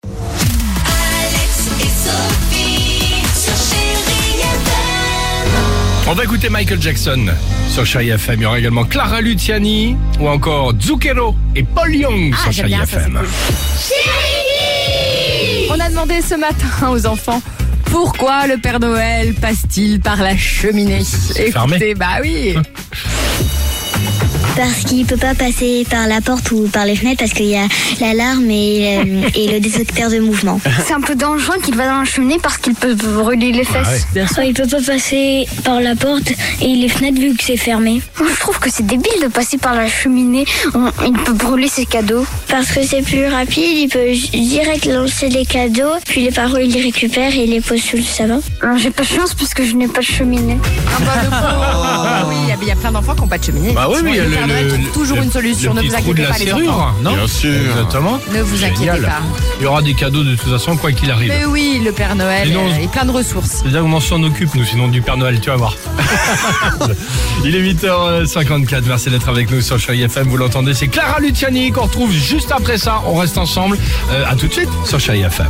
Alex et Sophie sur Chérie FM. On va écouter Michael Jackson sur Chérie FM. Il y aura également Clara Luciani ou encore Zucchero et Paul Young Ah, sur Chérie FM. On a demandé ce matin aux enfants pourquoi le Père Noël passe-t-il par la cheminée Écoutez, fermé. bah oui. Parce qu'il peut pas passer par la porte ou par les fenêtres parce qu'il y a l'alarme et, euh, et le détecteur de mouvement. C'est un peu dangereux qu'il va dans la cheminée parce qu'il peut brûler les fesses. il peut pas passer par la porte et les fenêtres vu que c'est fermé. Moi, je trouve que c'est débile de passer par la cheminée. On- il peut brûler ses cadeaux. Parce que c'est plus rapide, il peut direct lancer les cadeaux, puis les parents ils les récupèrent et ils les posent sous le savon. Alors, J'ai pas de chance puisque je n'ai pas de cheminée. Ah bah, le pauvre. Bah oui, il y a- il y a plein d'enfants qui n'ont pas de cheminée. Bah oui, Effectivement, mais il y a le Père Noël le, trouve le- toujours le une solution. petit ne vous trou inquiétez de la pas, les enfants. serrure, non Bien sûr. Exactement. Ne vous inquiétez Génial. pas. Il y aura des cadeaux de toute façon, quoi qu'il arrive. Mais oui, le Père Noël Dis donc. euh, est plein de ressources. C'est-à-dire qu'on s'en occupe, nous, sinon du Père Noël, tu vas voir. Il est 8h54, merci d'être avec nous sur Chérie FM, vous l'entendez, c'est Clara Luciani qu'on retrouve juste après ça, on reste ensemble, Euh, à tout de suite sur Chérie FM.